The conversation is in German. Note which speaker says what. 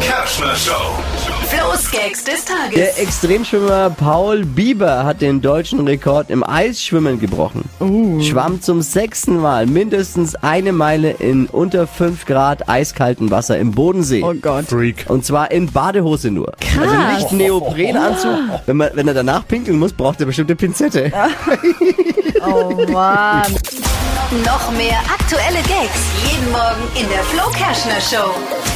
Speaker 1: Kerschner Show.
Speaker 2: Flo's Gags des Tages.
Speaker 3: Der Extremschwimmer Paul Bieber hat den deutschen Rekord im Eisschwimmen gebrochen.
Speaker 4: Uh.
Speaker 3: Schwamm zum sechsten Mal mindestens eine Meile in unter 5 Grad eiskaltem Wasser im Bodensee.
Speaker 4: Oh Gott.
Speaker 5: Freak.
Speaker 3: Und zwar in Badehose nur. Also nicht Neoprenanzug. Wenn, man, wenn er danach pinkeln muss, braucht er bestimmte Pinzette.
Speaker 4: Oh Mann.
Speaker 2: Noch mehr aktuelle Gags jeden Morgen in der Flo Kerschner Show.